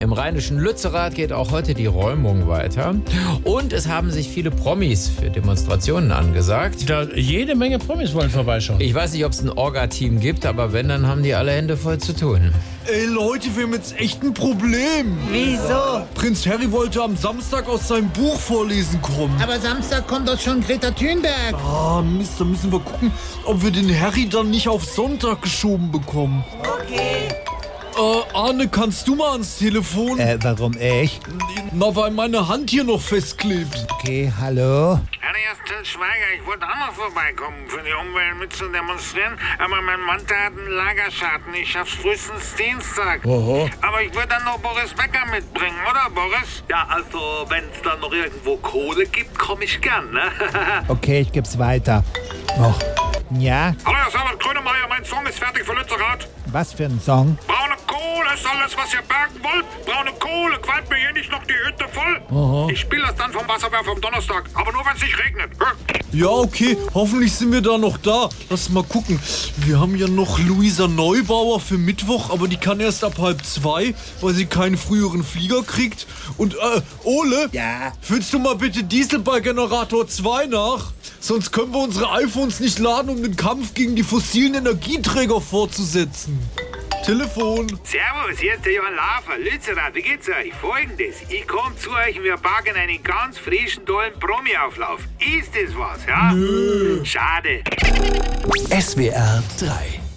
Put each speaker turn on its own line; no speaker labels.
Im rheinischen Lützerath geht auch heute die Räumung weiter. Und es haben sich viele Promis für Demonstrationen angesagt.
Da jede Menge Promis wollen vorbeischauen.
Ich weiß nicht, ob es ein Orga-Team gibt, aber wenn, dann haben die alle Hände voll zu tun.
Ey Leute, wir haben jetzt echt ein Problem.
Wieso?
Prinz Harry wollte am Samstag aus seinem Buch vorlesen kommen.
Aber Samstag kommt doch schon Greta Thunberg.
Ah, Mist, da müssen wir gucken, ob wir den Harry dann nicht auf Sonntag geschoben bekommen. Okay. Äh, Arne, kannst du mal ans Telefon?
Äh, warum ich?
Na, weil meine Hand hier noch festklebt.
Okay, hallo?
Hallo, hier ist Till Schweiger. Ich wollte auch mal vorbeikommen, für die Umwelt mitzudemonstrieren, aber mein Manta hat einen Lagerschaden. Ich schaff's frühestens Dienstag.
Oho.
Aber ich würde dann noch Boris Becker mitbringen, oder, Boris?
Ja, also, wenn es dann noch irgendwo Kohle gibt, komme ich gern, ne?
Okay, ich geb's weiter. Noch. Ja,
Hallo, hier ist Herbert Grönemeyer. Mein Song ist fertig für Lützerath.
was für ein Song?
Braune Kohle ist alles, was ihr bergen wollt. Braune Kohle, qualmt mir hier nicht noch die Hütte voll. Ich spiele das dann vom Wasserwerfer am Donnerstag, aber nur, wenn es nicht regnet.
Ja, okay, hoffentlich sind wir da noch da. Lass mal gucken. Wir haben ja noch Luisa Neubauer für Mittwoch, aber die kann erst ab halb zwei, weil sie keinen früheren Flieger kriegt. Und, äh, Ole?
Ja?
Füllst du mal bitte Diesel bei Generator 2 nach? Sonst können wir unsere iPhones nicht laden, um den Kampf gegen die fossilen Energieträger fortzusetzen. Telefon.
Servus, hier ist der Johann Lafer, Lützerath, wie geht's euch? Folgendes, ich komme zu euch und wir backen einen ganz frischen, tollen Promi-Auflauf. Ist das was, ja? Nö. Schade.
SWR 3